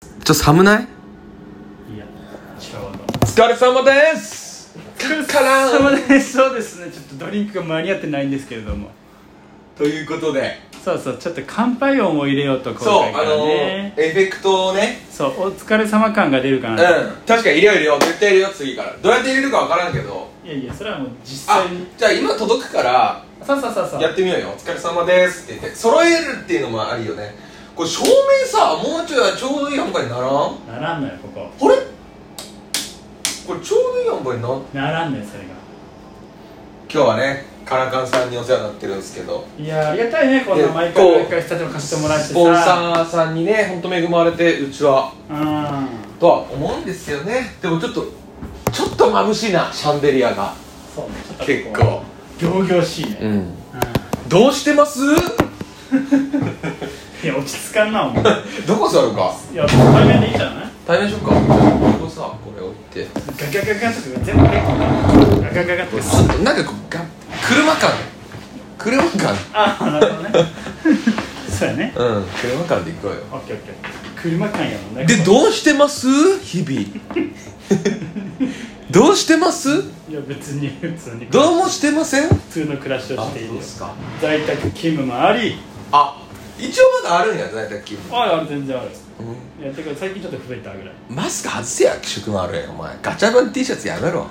ちょっと寒ないいやお疲れ様ですからんそうですそうですねちょっとドリンクが間に合ってないんですけれどもということでそうそうちょっと乾杯音を入れようと今そう回かあらのエねフェクトをねそうお疲れ様感が出るかうなんと、確かに入れよう入れよう絶対入れよう次からどうやって入れるかわからんけどいやいやそれはもう実あ際にじゃあ今届くからそうそうそうそうやってみようよ「お疲れ様です」って言って揃えるっていうのもありよねこれ照明さもうちょいちょうどいい半分にならんあならんのよここれこれちょうどいい半分にな今ならんのよそれが日はねカラカンさんにお世話になってるんですけどいやありがたいねこんいなや毎こ回う毎回スタジオ貸してもらってさスポンサーさんにね本当恵まれてうちはうんとは思うんですよねでもちょっとちょっと眩しいなシャンデリアがそうねちょっとこう結構仰々しいね、うんんどうしてます いや落ち着かんなお前どこ座るかいや対面でいいんじゃない対面しようかここさこれ置いてガガガガとか全部結構ガガガガとかスッとなんかこうが車感車感ああなるほどね そうやねうん車感で行こうよオッケーオッケーオッケー車感やもんねでこれどうしてます日々 どうしてますいや別に普通にどうもしてません普通の暮らしをしているよか在宅勤務もありあ一応まだあるんや在宅勤務あるある全然あるうんいやてか最近ちょっと増えたぐらいマスク外せや気色もあるやんお前ガチャバン T シャツやめろ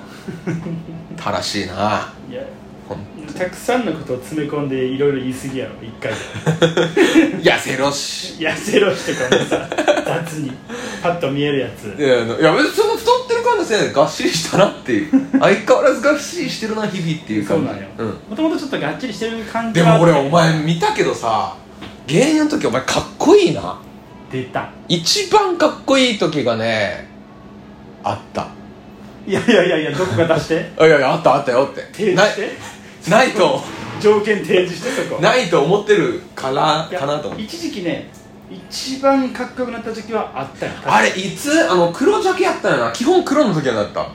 たらしいないやほんたくさんのことを詰め込んでいろいろ言い過ぎやろ一回で 痩せろし痩せろしとかもさ雑にパッと見えるやついやあのいや別にその太ってる感じせないでがっしりしたなっていう 相変わらずがっしりしてるな日々っていうそう感じなんようんもともとちょっとがっちりしてる感じではあもって俺お前見たけどさ芸人の時お前かっこいいな出た一番かっこいい時がねあったいやいやいやいやどこか出してあいやいやあったあったよって提示ないしてない と条件提示してそこないと思ってるからいやかなと思って一時期ね一番かっこよくなった時期はあったよあれいつあの黒ジャケやったよな基本黒の時はなった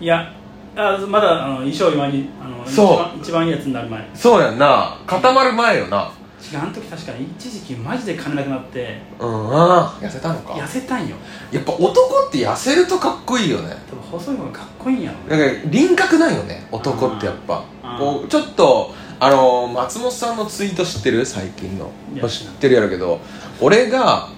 いやあまだあの衣装今にあのそう一番一番いいやつになる前違うそうやんな固まる前よなあの時確かに一時期マジで金なくなってうんあー痩せたのか痩せたんよやっぱ男って痩せるとかっこいいよね多分細い方がかっこいいんやろなんか輪郭ないよね男ってやっぱあーこうちょっとあのー松本さんのツイート知ってる最近のいやまあ知ってるやろうけど俺が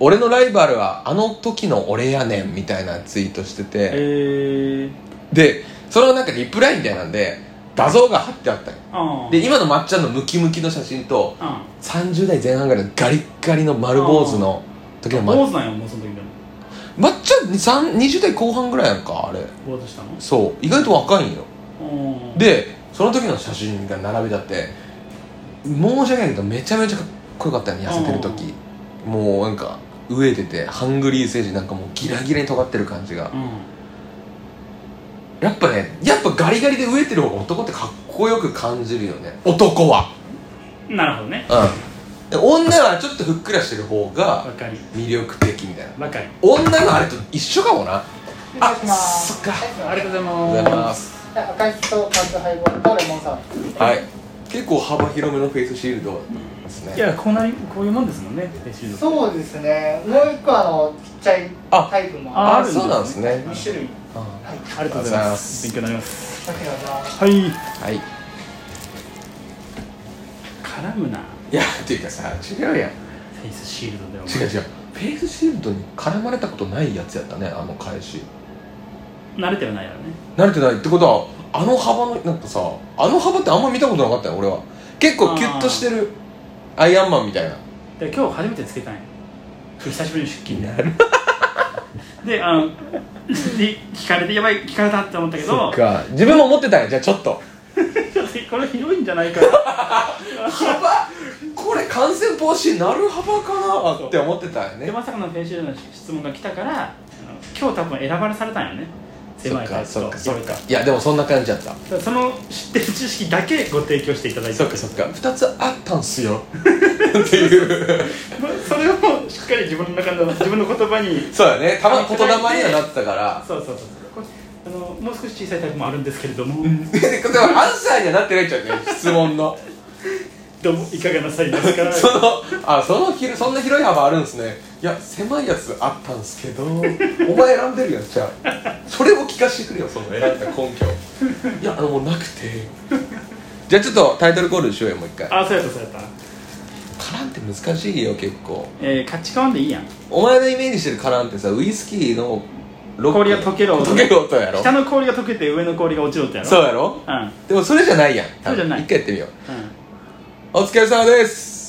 俺のライバルはあの時の俺やねんみたいなツイートしててえー、でそれのなんかリプライみたいなんで画像が貼ってあったよあーで今のまっちゃんのムキムキの写真とあ30代前半ぐらいのガリッガリの丸坊主の時のーま坊主なんよもうその時でもまっちゃん3 20代後半ぐらいやんかあれ坊主したのそう意外と若いんようんでその時の写真が並べてあって申し訳ないけどめちゃめちゃかっこよかったよね痩せてる時もうなんか飢えててハングリー精神なんかもうギラギラに尖ってる感じがうんやっぱねやっぱガリガリで飢えてる方が男ってかっこよく感じるよね男はなるほどねうんで女はちょっとふっくらしてる方わがかり魅力的みたいなわかり女のあれと一緒かもなあそっかありがとうありごがとございざいうまますす赤い人、缶とハイボールとレモンサワー。はい結構幅広めのフェイスシールドだったですねいやこうなりこういうもんですもんねうそうですね。もう一個あのちっちゃいあタイプもああるんですねそうなんですね二種類。はありがとうございます勉強になりますだけどな。はいいい絡むなやっていうかさ違うやんフェイスシールドでお違う違うフェイスシールドに絡まれたことないやつやったねあの返し前慣れてはないよね慣れてないってことはあの幅のなんかさあの幅ってあんま見たことなかったよ俺は結構キュッとしてるアイアンマンみたいなで今日初めてつけたんよ久しぶりの出勤で であので聞かれてやばい聞かれたって思ったけどか自分も思ってたんやじゃあちょっとちょっと これ広いんじゃないかな幅これ感染防止になる幅かなって思ってたよ でねまさかのフェイスシールドの質問が来たからあの今日多分選ばれされたんよね狭いタイプと広いタイプいやでもそんな感じやっただからその知ってる知識だけご提供していただいてそっかそっか2つあったんすよっていうまそれをしっかり自分の中の自分の言葉に そうだねたま言霊にはなってたからそうそうそうこれあのもう少し小さいタイプもあるんですけれども、 ででもアンサーにはなってないっちゃうね質問のどうもいかがなさいます かそのあその広そんな広い幅あるんですねいや狭いやつあったんすけどお前選んでるやんじゃあそれを聞かしてくれよその選んだ根拠いやあのもうなくてじゃあちょっとタイトルコールしようよもう一回あそうやったそうやった、カランって難しいよ結構えー、価値観でいいやんお前のイメージしてるカランってさウイスキーのロック氷が溶ける音溶ける音やろ下の氷が溶けて上の氷が落ちろってやろそううやろうん、うん、でもそれじゃないやんそうじゃない一回やってみようお疲れ様です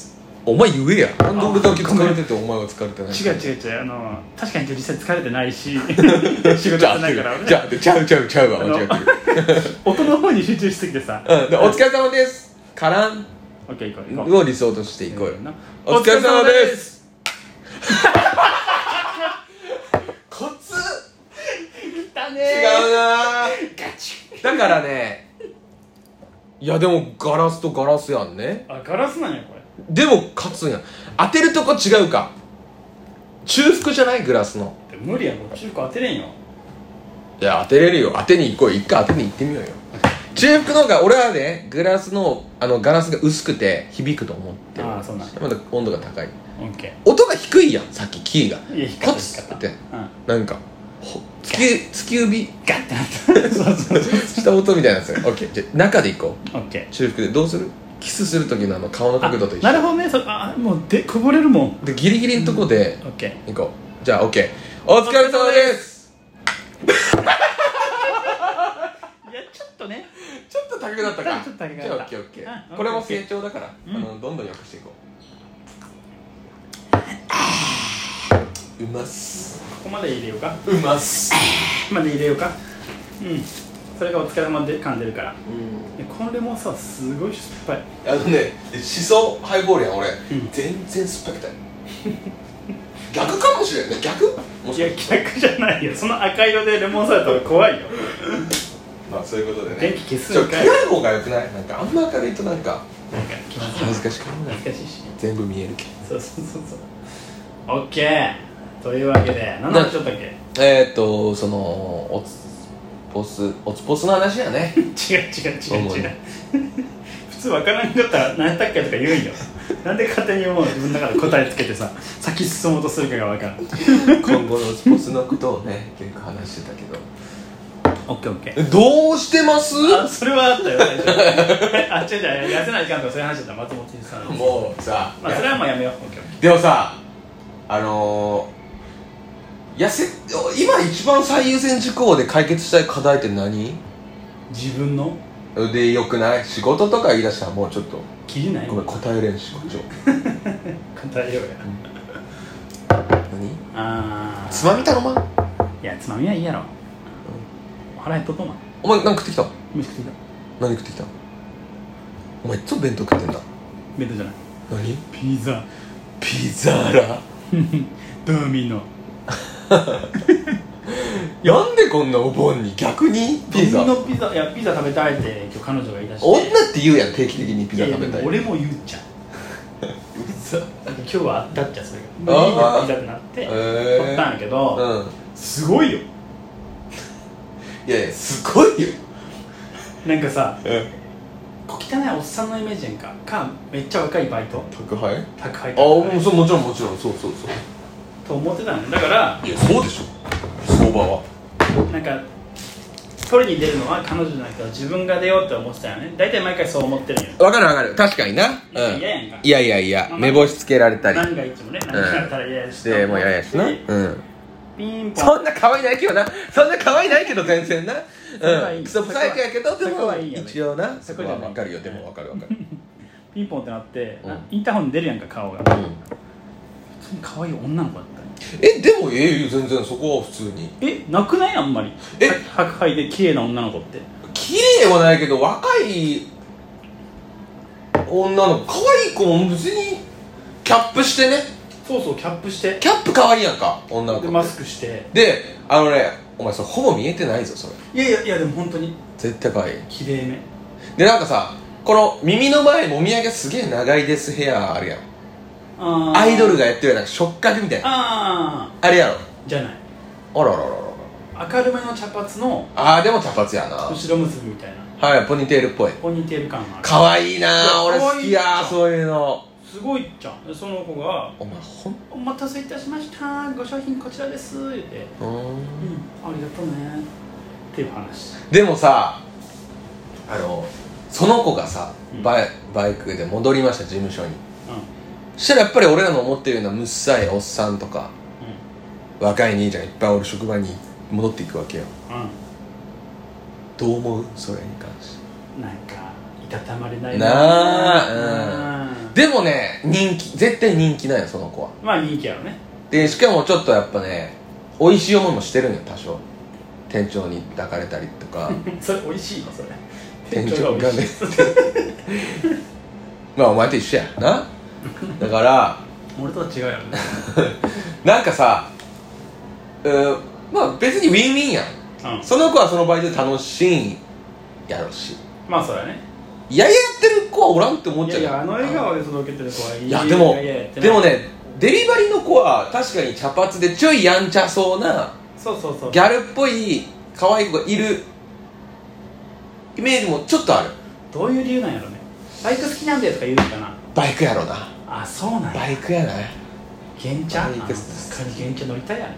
お前言えやなんで俺だけ疲れててお前は疲れてない違う違う違うあの確かに実際疲れてない し仕事じゃあしてないからじゃあちゃうちゃうちゃうわあの間違ってる音の方に集中しすぎてさうんでお疲れ様ですカランオッケー行こう行こうを理想としていこうよせーのお疲れ様ですコツだね違うなだからねいやでもガラスとガラスやんねあガラスなんやこれでも勝つんやん当てるとこ違うか中腹じゃないグラスのでも無理やろ中古当てれんよいや当てれるよ当てに行こう一回当てに行ってみようよ中腹の方が俺はねグラスのあのガラスが薄くて響くと思ってるあーそうなんやまだ温度が高いオッケ音が低いやんさっきキーがーいや引っコかかツっったてうんなんかほ突き突き指ガッてなった そうそうそう した音みたいなやつ OK じゃあ中で行こオッケう中腹でどうするキスする時のあの顔の角度とー一緒なるほどねそあもうでこぼれるもんでギリギリのとこでオッケー行こうじゃあ OK お疲れ様ですいやちょっとねちょっと高くなったかちょっと高くなったじゃあ OKOK、うんこれも成長だから、うんあのどんどん良くしていこう、うまっすここまで入れようかこうまっすこまで入れようかうんそれがお疲れ様で感じるからうんいやこれもさすごい酸っぱあいのね、しそハイボールやん俺、ん全然酸っぱくない逆かもしれんね逆もいしや逆じゃないよその赤色でレモンサワーとか怖いよまあそういうことでね電気消すちょのっとか暗いい方がよくないなんかあんま明るいとなんかなんか気まずい恥ずかしくない恥ずかしいし全部見えるけそうそうそうそうオッケーというわけで何の話だったっけえーっとそのおつポスおつポスの話や ね違う違う違う思う違よう普通わからんかったら何やったっけとか言うんよなんで勝手にもう自分の中で答えつけてさ先進もうとするかがわからんオッ今後のおつポスのことをね結構話してたけどケーオッケーどうしてますあそれはあったよ 大丈夫あ違う違う痩せない時間とかそういう話だった松本さんまもうさ、あそれはもうやめようオッケーオッケでもさあのー、痩せ今一番最優先事項で解決したい課題って何ー自分のでよくない仕事とか言い出したらもうちょっと切りないごめん答えれんしこっちを答えようや何あつまみ頼まんーいやつまみはいいやろお腹減っとっとんまお前何食ってきた飯食ってきた何食ってきたお前いつも弁当食ってんだ弁当じゃない何ピザ ピザーラドミノなんでこんなお盆に逆にピザドミノピザいやピザ食べたいって今日彼女が言い出して女って言うやん定期的にピザ食べいやたいいや俺も言うじゃん嘘今日はあったっちゃそれあがーいいなピザってなってへー取ったんやけどうんすごいよいやいやすごいよなんかさうん小汚いおっさんのイメージやんかかめっちゃ若いバイト宅配あ宅配ともうそうもちろんもちろんそうそうそうと思ってたのよだからいやそうでしょ相場はなんか取りに出るのは彼女じゃなくて自分が出ようって思ってたよね大体毎回そう思ってるんよわかるわかる確かになうん嫌やんかいやいやいやまあ目星つけられたり何がいつもね何がやったら嫌やししてもうややしなうんピンポンそんな可愛いないけどなそんな可愛いないけど全然なそれはういんいクソブサイクやけどそでこもはいいよね一応なそこじゃなわいかるよでもわかるわかるピンポンってなって、なうんインターホンに出るやんか顔がう普ん通に可愛い女の子だったねえでもええよ全然そこは普通にえなくないあんまりえは白杯で綺麗な女の子って綺麗はないけど若い女の子可愛い子も別にキャップしてねそうそうキャップしてキャップ可愛いやんか女ので子マスクしてであのねお前それほぼ見えてないぞそれいやいやいやでも本当に絶対可愛い綺麗めでなんかさこの耳の前もみあげすげえ長いですヘアあるやんあーアイドルがやってるやんなんか触覚みたいなああれやろあじゃないあらあらあらあら明るめの茶髪のああでも茶髪やな後ろ結びみたいなはいポニーテールっぽいポニーテール感があるかわいいなー俺かわ好いいきやーそういうのすごいじゃんでその子がお前ほん「お待たせいたしましたご商品こちらです」言ってうーん「うんありがとうね」っていう話でもさあのその子がさうんバイバイクで戻りました事務所にうんそしたらやっぱり俺らの思ってるようなむっさいおっさんとか若い兄ちゃんがいっぱいおる職場に戻っていくわけようんどう思うそれに関してうんなんかいたたまれないなあうんでもね人気絶対人気なんよその子はまあ人気やろね でしかもちょっとやっぱね美味しい思いもしてるんよ多少店長に抱かれたりと かそれ美味しいのそれ店長がねまあお前と一緒やなだから俺とは違うやろねなんかさうーまあ別にウィンウィンやんうんその子はそのバイトで楽しいんやろうしまあそうだねいやいややってる子はおらんって思っいちやゃうやんいやあの笑顔で届けてる子はいいいやでもいやいやってなでもねデリバリーの子は確かに茶髪でちょいやんちゃそうなそうそうそうギャルっぽい可愛い子がいるイメージもちょっとあるどういう理由なんやろねバイク好きなんだよとか言うのかなバイクやろなあそうなんやバイクやな原茶あバイク好き確かに原茶乗りたいやね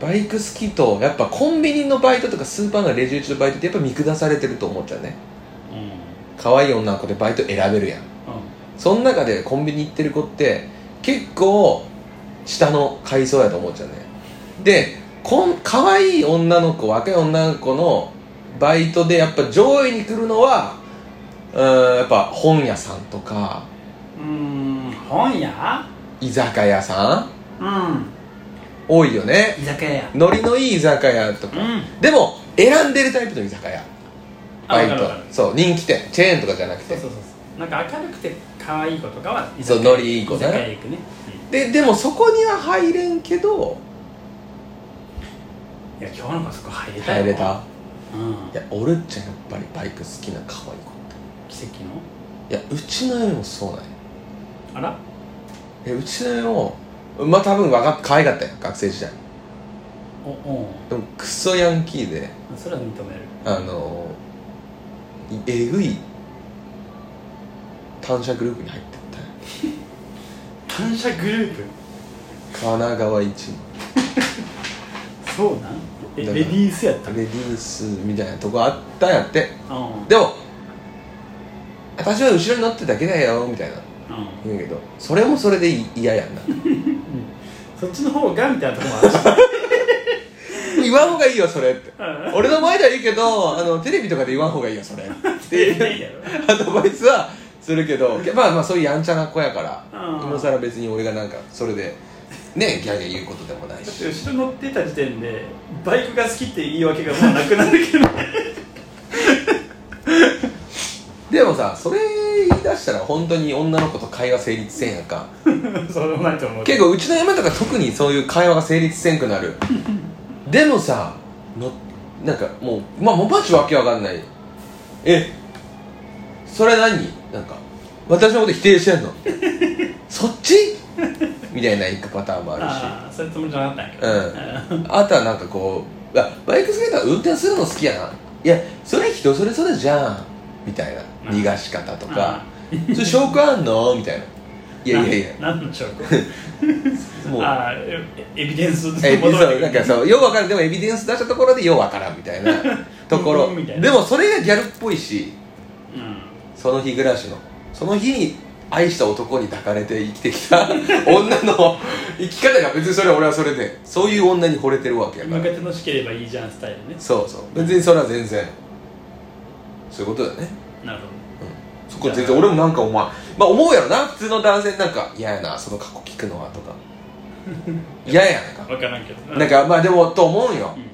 バイク好きとやっぱコンビニのバイトとかスーパーのレジ打ちのバイトってやっぱ見下されてると思っちゃうねうんうん可愛い女の子でバイト選べるやんその中でコンビニ行ってる子って結構下の階層やと思っちゃうねでこん可愛い女の子若い女の子のバイトでやっぱ上位に来るのはうーんやっぱ本屋さんとかうーん本屋居酒屋さんうん多いよね居酒屋やノリのいい居酒屋とかうんでも選んでるタイプの居酒屋あバ分イかるト分かるそう人気店チェーンとかじゃなくそてうそうそうそうなんか明るくて可愛い子とかは居そう酒屋ノリいい子居だな酒屋行くねででもそこには入れんけどうんいや今日の子そこ入れたよ入れたうんいやおるっちゃんやっぱりバイク好きな可愛い子って奇跡のいやうちの嫁もそうなんよあらえうちの嫁もまあ多分わかっ可愛かったよ学生時代おおでもクソヤンキーでうそれは認めるあのいえぐい単車グループに入ってったよ単車グループ神奈川一のそうなんえだレからディースやったレディースみたいなとこあったんやってうんでも私は後ろに乗ってるだけだよみたいなうん言うけどそれもそれでい嫌やんな そっちの方がみたいなとこもあるし言わん方がいいよそれってうん俺の前ではいいけどあのテレビとかで言わん方がいいよそれって言えいう ないやろアドバイスはするけどまあまあそういうやんちゃな子やからうん今更別に俺がなんかそれでねギャーギャー言うことでもないだっして後ろ乗ってた時点でバイクが好きって言い訳がもうなくなるけどでもさそれ言い出したら本当に女の子と会話成立せんやんかそうでもないと思う結構うちの嫁とか特にそういう会話が成立せんくなるでもさのなんかもうまあもうマジわけわかんないえそれ何なんか私のこと否定してんのそっちみたいな行くパターンもあるしああそういうつもりじゃなかったんやけど、うん、あとはなんかこうあバイクスケーター運転するの好きやないやそれ人それぞれじゃんみたいなうん逃がし方とかそれ証拠あんのみたいないやいやいやな何の証拠もう ああエエビデンス え戻そうるなんかそうようわからんでもエビデンス出したところでようわからんみ たいなとこうろんみたいなでもそれがギャルっぽいしうんその日暮らしのその日に愛した男に抱かれて生きてき た女の 生き方が別にそれは俺はそれでそういう女に惚れてるわけやか今らが楽しければいいじゃんスタイルねそうそう別にそれは全然そういうことだねなるほそこ全然俺もなんかお前まあ思うやろな普通の男性なんか嫌やなその過去聞くのはと か嫌やんかど分からんけどなんかまあでもと思うんよ、うん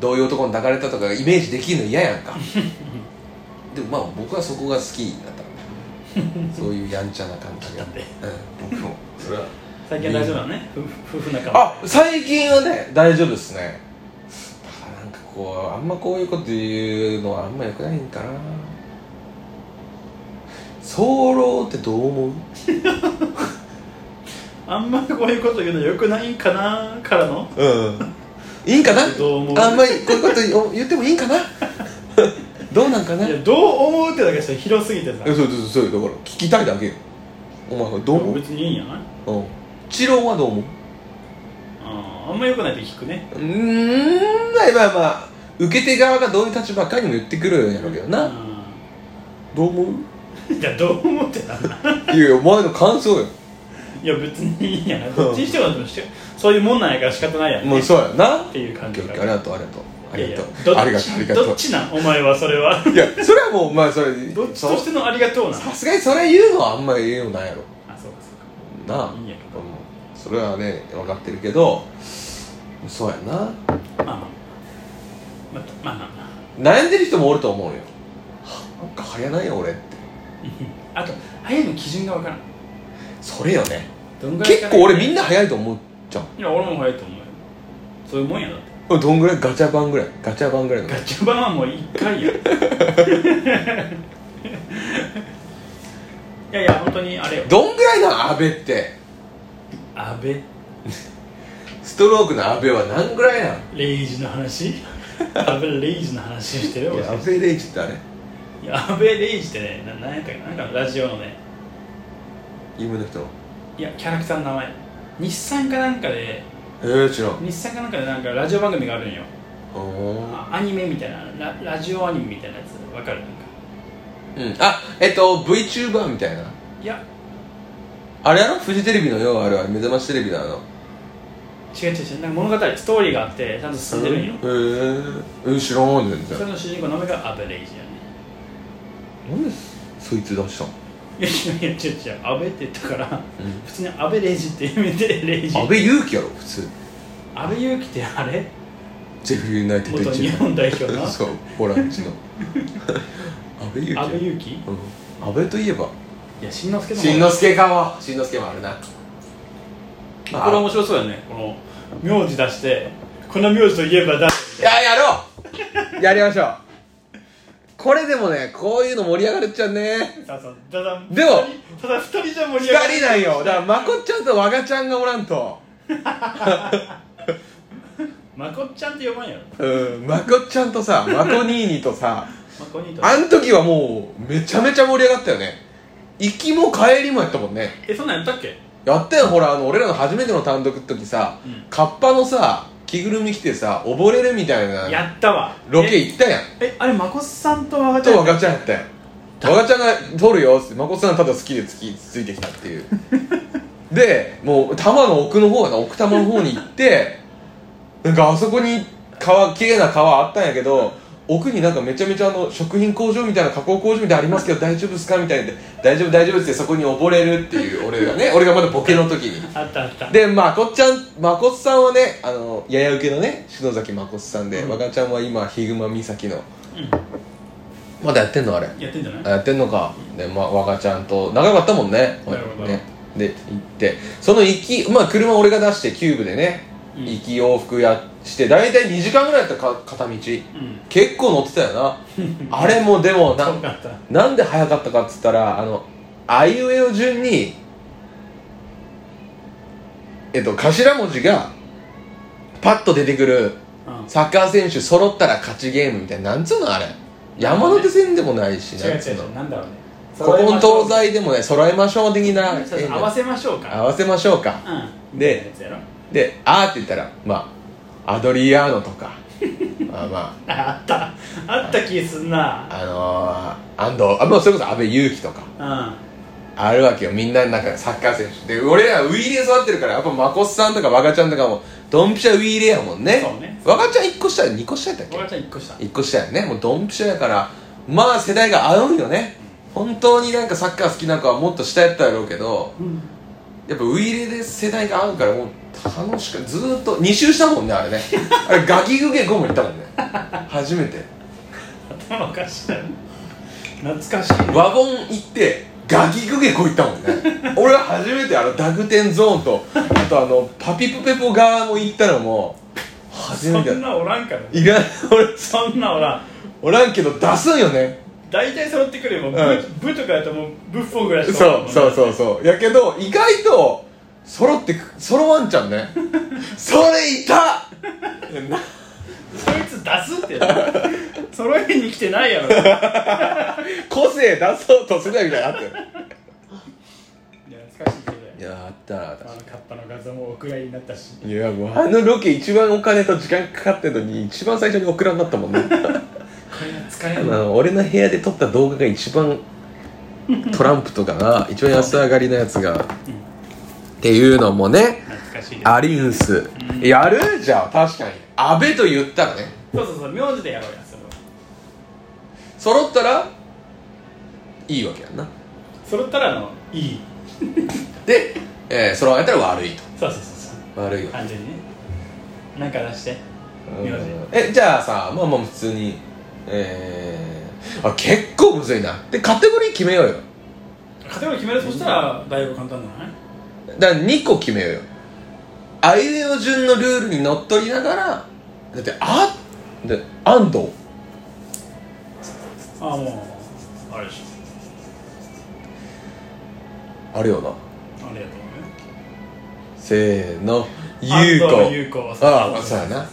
どういう男に抱かれたとかがイメージできるの嫌やんか でもまあ僕はそこが好きだった んでそういうやんちゃな感じがだっうてん僕もそれは最近は大丈夫だね夫夫婦仲あ最近はね大丈夫っすねだからなんかこうあんまこういうこと言うのはあんまよくないんかな早漏ってどう思うあんまこういうこと言うのよくないんかなからのうんいいんかなどう思うあんまりこういうこと言言ってもいいんかな どうなんかないやどう思うってだけで広すぎてさえそうそうそうだから聞きたいだけよお前これどう思う別にいいんやないうん治療はどう思うあーあんま良くないって聞くねうーんまあまあまあ受け手側がどういう立場かにも言ってくるんやろうけどな、うどう思うんいやどう思ってたんだいやいやお前の感想よいや別にいいんやないどっちにしてもでもしてそういうもんなんやから仕方ないやんねもうそうやなっていう感オッケじーオッケがーありがとうありがとうあいやいりやがとどうっちありがとうありがとどっうちなんお前はそれはいやそれはもうまあそれどっちそうとしてのありがとうなのさすがにそれ言うのはあんまり言うのないやろあそうかそなあいいんやけどうんそれはね分かってるけどそうやなうかまあまあまあまあまあま悩んでる人もおると思うよはなんか早ないよ俺ってああと早いの基準が分からんそれよねどんぐらい結構俺みんなな早いと思うじゃんいや俺も早いと思うよそういうもんやだって俺どんぐらいガチャ版ぐらいガチャ版ぐらいのガチャバはもう一 回やいやいや本当にあれよどんぐらいの阿部って安倍ストロークの阿部は何ぐらいなレイジの 話安倍レイジの話してるよのい俺や阿部レイジってあれいや安倍レイジってねななんやったっけなんかのラジオのね有名な人いやキャラクターの名前日産かなんかでえー、違う日産かなんかでなんかラジオ番組があるんよおーあアニメみたいなララジオアニメみたいなやつわかるなんかうんあえっと VTuber みたいないやあれやろフジテレビのようあれは目覚ましテレビだあの違う違う違うなんか物語ストーリーがあってちゃんと進んでるんよへーえー、知らん全そ然れの主人公の名前が安倍レイジやねなんでそいつ出したのいやいやいや違う違う安倍って言ったからうん普通に安倍レイジって意味でレイジ安倍勇樹やろ普通安倍勇樹ってあれジェフリーユナイテッド元日本代表なそうボランチの安倍安倍勇樹勇樹いうん安倍といえばや新之助のしんのすけかもしんのすけもあるなこれ面白そうだよねこの名字出してこの名字といえば誰いややろうやりましょうこれでもねこういうの盛り上がるっちゃねただただでもただ二人じゃ盛り上光がるないよだからまこっちゃんとわがちゃんがおらんとまこっちゃんって呼ばんやろうんまこっちゃんとさまこにーにとさまこにとあん時はもうめちゃめちゃ盛り上がったよね行きも帰りもやったもんねえそんなんやったっけやったよほらあの俺らの初めての単独の時さ、うんカッパのさ着ぐるみ着てさ溺れるみたいなやったわロケえ行ったやんえあれまこさんとわがちゃとん若ちゃんやったよ若ちゃんが「撮るよ」っつって誠さんただ好きでつきついてきたって いうでもう多摩の奥の方やな奥多摩の方に行って なんかあそこに川綺麗な川あったんやけど奥になんかめちゃめちゃあの食品工場みたいな加工工場みたいなのありますけど大丈夫ですかみたいなで大丈夫大丈夫」っつってそこに溺れるっていう俺がね俺がまだボケの時にあったあっ たでまこっちゃんまこっさんはねあのやや受けのね篠崎まこっさんで、うん若ちゃんは今ヒグマ岬のうまだやってんのあれんやってんじゃないあやってんのかで、まあ、若ちゃんと長かったもんね長かったねで行ってその行きまあ車俺が出してキューブでね、うん行き往復やして大体2時間ぐらいやったか片道うん結構乗ってたよ なあれもでもなそうかったなんで早かったかっつったらあのあいうえお順にえっと頭文字がパッと出てくるうんサッカー選手揃ったら勝ちゲームみたいななんつうのあれ山手線でもないし違うなんつ違ううの違うなんだろうねここの東西でもね揃えましょう的なそうそう合わせましょう合かわせましょうかうんでみたいなやつやろで「あ」って言ったらまあアドリアーノと かまあまああったあった気すんなああのー、安藤あまあそれこそ阿部勇樹とかうんあるわけよみんなの中でサッカー選手で俺らウィーレ育ってるからやっぱまこっさんとかわがちゃんとかもドンピシャウィーレやもんねそうねわがちゃん1個下2個下やったっけ俺ちゃん1個した一個下やねもうドンピシャやからまあ世代が合うんよね本当になんかサッカー好きなんかはもっと下やったやろうけどうんやっぱウイイレで世代が合うからもう楽しくずーっと2周したもんねあれねあれガキグゲゴム行ったもんね初めて頭おかしいな懐かしいねワボン行ってガキグゲゴ行ったもん ね俺は初めてあのダグテンゾーンとあとあのパピプペポ側も行ったのも初そめてだっんなおらんからたいらん俺そんなおらんおらんけど出すんよね大体揃ってくるよもううんブブとかやともうブッフォンぐらいしかおらんそもんうねそうそうそうやけど意 外と揃ってく揃わんちゃんねそれいたそいつ出すって揃えに来てないやろい個性出そうとするやみたいなのあったよや懐かしいけどいやあったなあ確かのカッパの画像もお蔵入りになったしにいやもうあのロケ一番お金と時間かかってるのに一番最初にオクラになったもんねこれは使えあるなの俺の部屋で撮った動画が一番トランプとかが一番安上がりなやつがっていうのもね懐かしいねありんすやるじゃあ確かに安倍と言ったらねそうそうそう名字でやろうやそれは揃ったらいいわけやんな揃ったらあのいいで、えー、揃われたら悪いとそうそうそうそ悪いよう完全にねなんか出して名字えじゃあさまあまあ普通にえー、あ結構むずいなでカテゴリー決めようよカテゴリー決めるそしたらだいぶ簡単じゃないだから2個決めようよあいうえお順のルールにのっとりながらだってあで安藤ああもうあれでしょあれよなありがとうねせーの優子安藤優子ああそうやな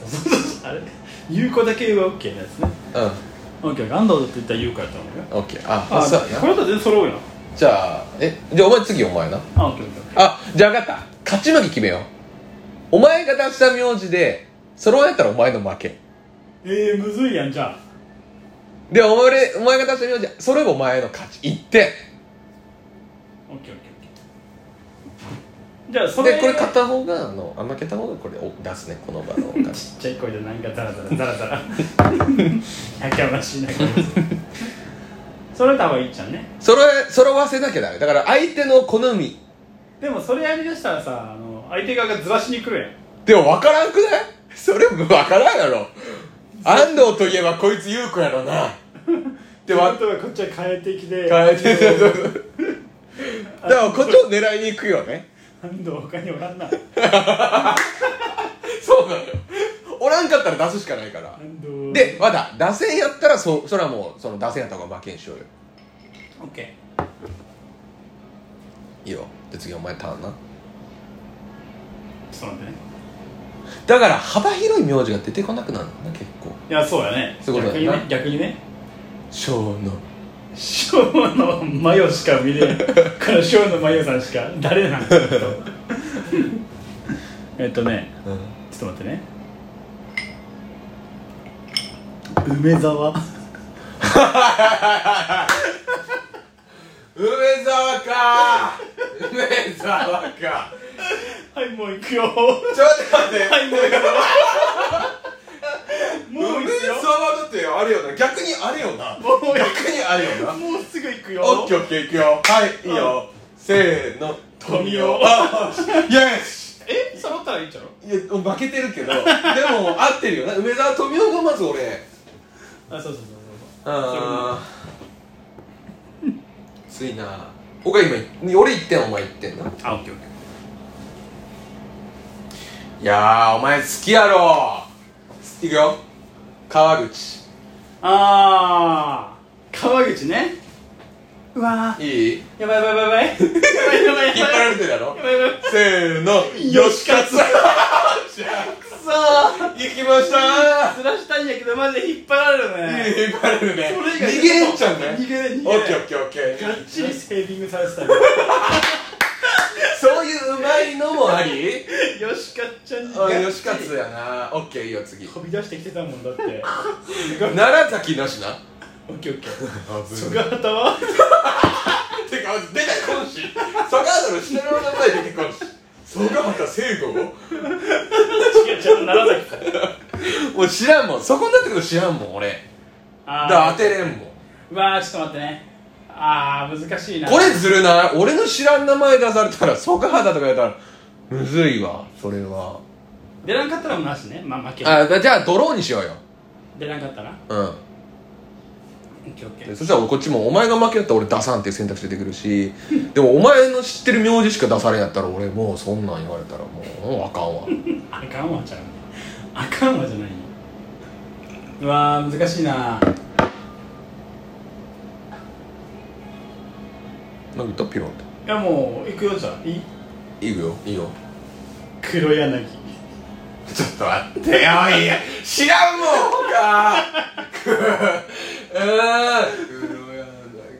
あれ有効だけは OK なやつねう OK 安藤って言ったら有効やと思うよんオッケーああそうやこなれだと全然揃うよじゃあえじゃあお前次お前なあ OKOK あじゃあ分かった勝ち負け決めようお前が出した名字で揃えたらお前の負けえー、むずいやんじゃあで俺お前が出した名字それもお前の勝ち1点 OKOKOK じゃあそれでこれ買った方があのあ負けた方がこれを出すねこの場のお菓ち子っちゃい声でなんかザラザラザラザラやかましいなこれそれた方がいいじゃんね揃え揃わせなきゃダメだから相手の好みでもそれやりだしたらさあの相手側がずらしに来るやんでも分からんくない それ分からんやろ安藤といえばこいつ優子やろなでわとこっちは変えてきて変え てそうそうそうだからこっちを狙いに行くよね安藤他におらんな安そうなのよおらんかったら出すしかないから藤でまだ打線やったらそそれはもうその打線やった方が負けにしようよ OK いいよで次お前ターンなちょっと待ってねだから幅広い名字が出てこなくなるんだな結構いやそうやねそういうこと逆だによねな逆にね小のショーのマヨしか見れないからショーのマヨさんしか誰なんだろうと えっとねうんちょっと待ってね梅沢梅沢か梅沢かはいもう行くよちょっと待ってはいもう行くよもう行梅くよ沢だってあれよな逆にあれよなもう行く逆にあれよなもうすぐ行くよオッケーオッケーいくよはいいいよせーの富美男あイエスえ揃ったらいいんちゃういや負けてるけどでも合ってるよな梅沢富美男がまず俺あそうそうそうあーついな他今俺1点お前1点なそうあオッケーオッケいやーお前好きやろいくよ川口ーあー川口ねうわーいいやばいやばいやばいやばいやばいやばい引っ張られてるやろやばいやばいせーの吉勝くそー行きましたずらしたいんやけどマジで引っ張られるね引っ張れるねそれ以外逃げんちゃうね逃げれん逃げオれんッケーオッケーオッケーがっちりセービングされてたそういううまいのもありよしかっちゃんにがっあちり吉勝やなオッケーいいよ次飛び出してきてたもんだって奈良崎なしなオッケーオッケーそ菅が畑はてか出てこんしそがだろ下の名前出てこんしそがまた聖子も違う違う奈良崎う知らんもんそこになってくると知らんもん俺だからあ当てれんもんーうわーちょっと待ってねあー難しいなこれずるない俺の知らん名前出されたらそがはだとか言ったらむずいわそれは出らんかったらもうなしねまあ負けあじゃあドローにしようよ出らんかったらうんオッケーオッケでーそしたら俺こっちもお前が負けだったら俺出さんっていう選択肢出てくる しでもお前の知ってる名字しか出されんやったら俺もうそんなん言われたらもううんあかんわあかんわちゃうあかんわじゃないようわー難しいななんか言ったピロンっいやもう行くよじゃあいいていいよいいよ黒柳ちょっと待ってよいや知らんもん 他くうーんうろや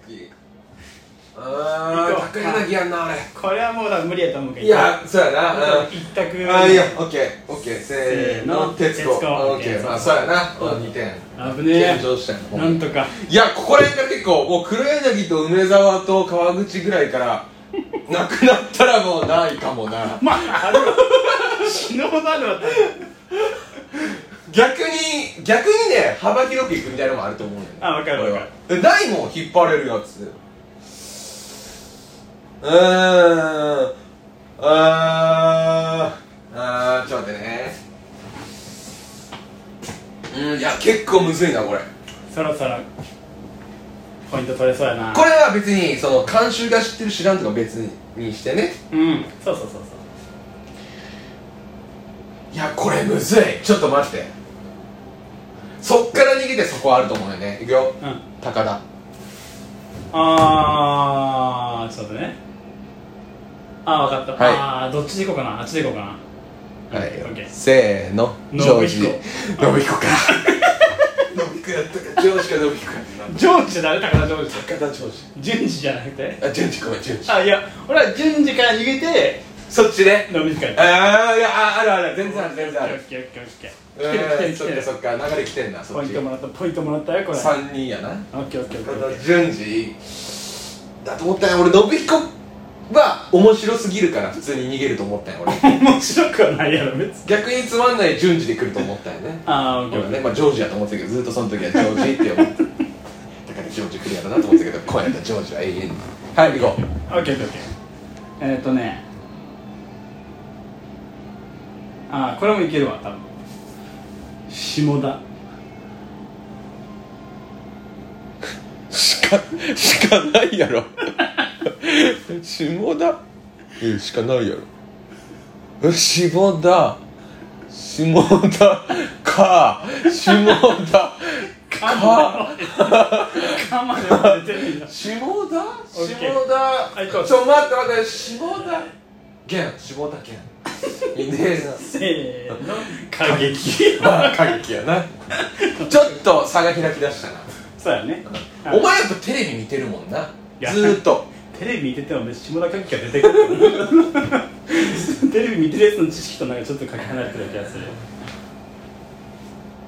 きあー高柳やんなあれこれはもうだ無理やと思うけどいやそうやなうん一択あいいよオッケーオッケーせーせのーの徹子徹子オッケオッケーーあそうやなうん2点危ねえ健常したよなんとかいやここら辺から結構もう黒柳と梅沢と川口ぐらいからなくなったらもうないかもなまああるわ死のうなるわ逆に逆にね幅広くいくみたいなのもあると思うよねあわかるわかるないもん引っ張れるやつうーんあーあーちょっと待ってねうんいや結構むずいなこれそろそろポイント取れそうやなこれは別にその監修が知ってる知らんとか別にしてねうんそうそうそうそういやこれむずいちょっと待ってそっから逃げてそこはあると思うよねいくようん高田ああちょっとねああ分かった、はいああどっちでいこうかなあっちでいこうかなはいオッケーせーのジョージ信信彦か信彦やったかジョージか信彦やったジョージって誰だからジョージ高田ジョージ順次じゃなくてあジュンジごめんジュンジあいや俺は順次から逃げてそっちね飲み会ああいやああるある全然ある全然あるオッケーオッケーオッケーうー来てるん来そてっる来てかるそっか流れ来てんなそポっインちトもらったポイントもらったよこれオッ3人やなケーオッケーオッケ高ーオッ田ケー純次だと思ったよ俺信彦は面白すぎるから普通に逃げると思ったよ俺面白くはないやろ別に逆につまんない順次で来ると思ったよねああオッケーオ俺ッケね、まあ、ジョージやと思ってたけどずっとその時はジョージって思ってだからジョージ来るやろなと思ってたけど今夜だジョージは永遠にはい行こうーオッケーオッケーオッケーえーっとねああこれもいけるわ多分下田しかしかないやろ下田えしかないやろ下田下田か下田かかまで出てるんだ下田下はい田行こうちょ待って待って下田源下田源 いねえなせーの過激まあ過激やなちょっと差が開き出したなそうやねあお前やっぱテレビ見てるもんないやずーっとテレビ見てても別に下田過激が出てくる テレビ見てるやつの知識となんかちょっとかけ離れてる気がする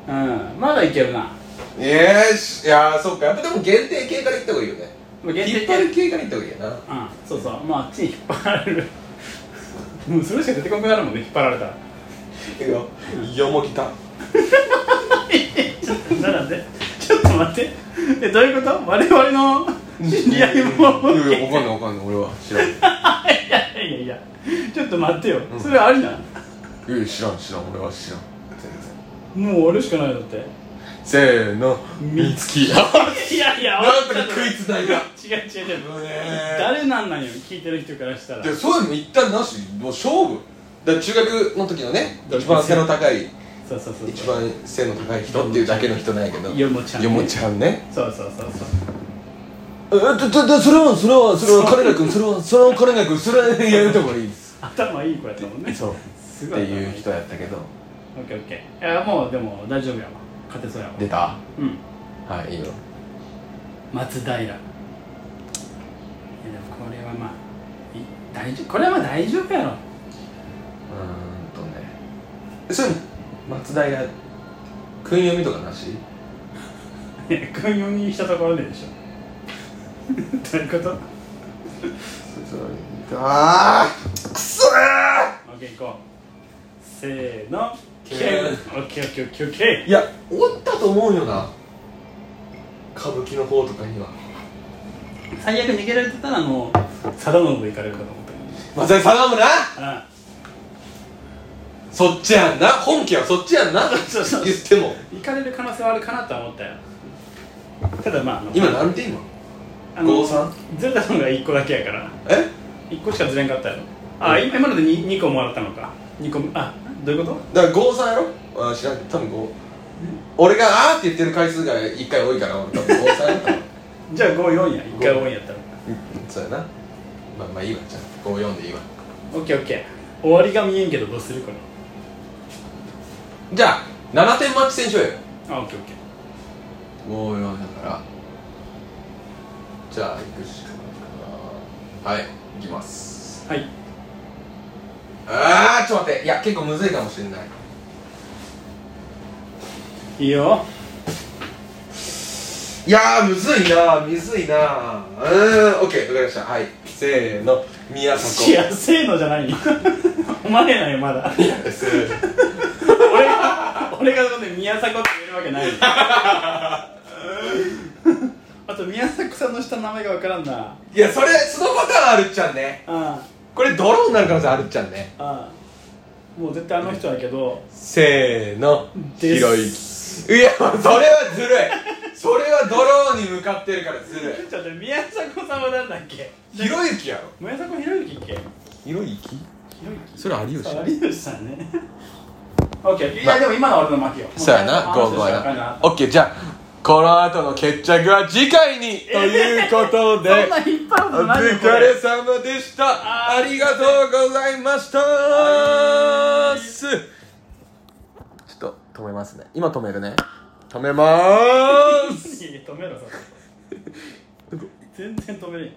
うんまだいけるなええしいやーそっかやっぱでも限定系から行った方がいいよねまあ限定系引っ張る系から行った方がいいよなうんそうそうまああっちに引っ張られるもうそれしか出てこなくなるもんね引っ張られたらいくよよもぎたなんでちょっと待ってえどういうこと我々の知り合いいもやいやわかんないわかんない俺は知らんいいやいやいやちょっと待ってよ、それありなやいや知らん知らん俺は知らん全然もうあれしかないだってせーのみつきあいやいなやんと終かわった食いつない だ違う違う違ううね誰なんなんよ聞いてる人からしたらでそういうの一旦なしもう勝負だから中学の時のね一番背の高いそうそうそう一番背の高い人っていうだけの人なんやけどよもちゃんねよもちゃんねそうそうそうそうえだだだそれはそれはそれは金田君それはそれは金田君それはやめた方がいいです頭いい子やったもん ねそうっすてごい頭いいう人やったけどオッケーオッケーいやもうでも大丈夫やわ勝てそうやわ出たうんはいいいよ松平いやでもこれはまあい大丈夫これはまあ大丈夫やろうーんとねそれ松平訓読みとかなしいや訓読みしたところででしょどういうことああくそーオッケー行こうせーのケケンンオッケーオッケーオッケーオッケいやおったと思うよな歌舞伎の方とかにはー最悪逃げられてたらもう貞信行かれるかと思ったけど松平頼むなあそっちやんな本家はそっちやんなそうそう言っても行かれる可能性はあるかなとは思ったよただまああの今なんて今あの五三ずれたのが1個だけやからえ1個しかずれんかったやろあ、今今ので 2, 個もらったのか2個もあどういうことだから5さんやろあ知らん多分5俺が「あ」って言ってる回数が1回多いから俺多分5さんや ったのじゃあ54や1回多いんやったらそうやなまあまあいいわじゃあ54でいいわオッケーオッケー終わりが見えんけどどうするこれじゃあ7点マッチ戦しようよあオッケーオッケーもうよだからじゃあ行くしかないかなはい行きますはいああちょっと待っていや結構むずいかもしれないいいよいやーむずいなーむずいなーうーんオッケーわかりましたはいせーの宮迫いやせーのじゃないよお前らよまだせーの俺が 俺がそんで宮迫って言えるわけないよ あと宮迫さんの下の名前が分からんな うんいやそれそのパターンあるっちゃんねあこれドローになる可能性あるっちゃんねあああもう絶対あの人だけどせーのですひろゆきいやそれはずるいそれはドローに向かってるからずるちょっと宮迫さんはなんだっけいひろゆきやろ宮迫ひろゆきっけひひろろゆきゆきそれ有吉あ有吉さんねオッケーいやでも今のは俺の負けよそうやな、ゴーゴーやな。オッケー、じゃあ、この後の決着は次回にということで、そんな引っ張るおことないよこ疲れ様でした。ありがとうございました。ちょっと止めますね。今止めるね。止めまーす。 いやいや止めろそれ全然止めれん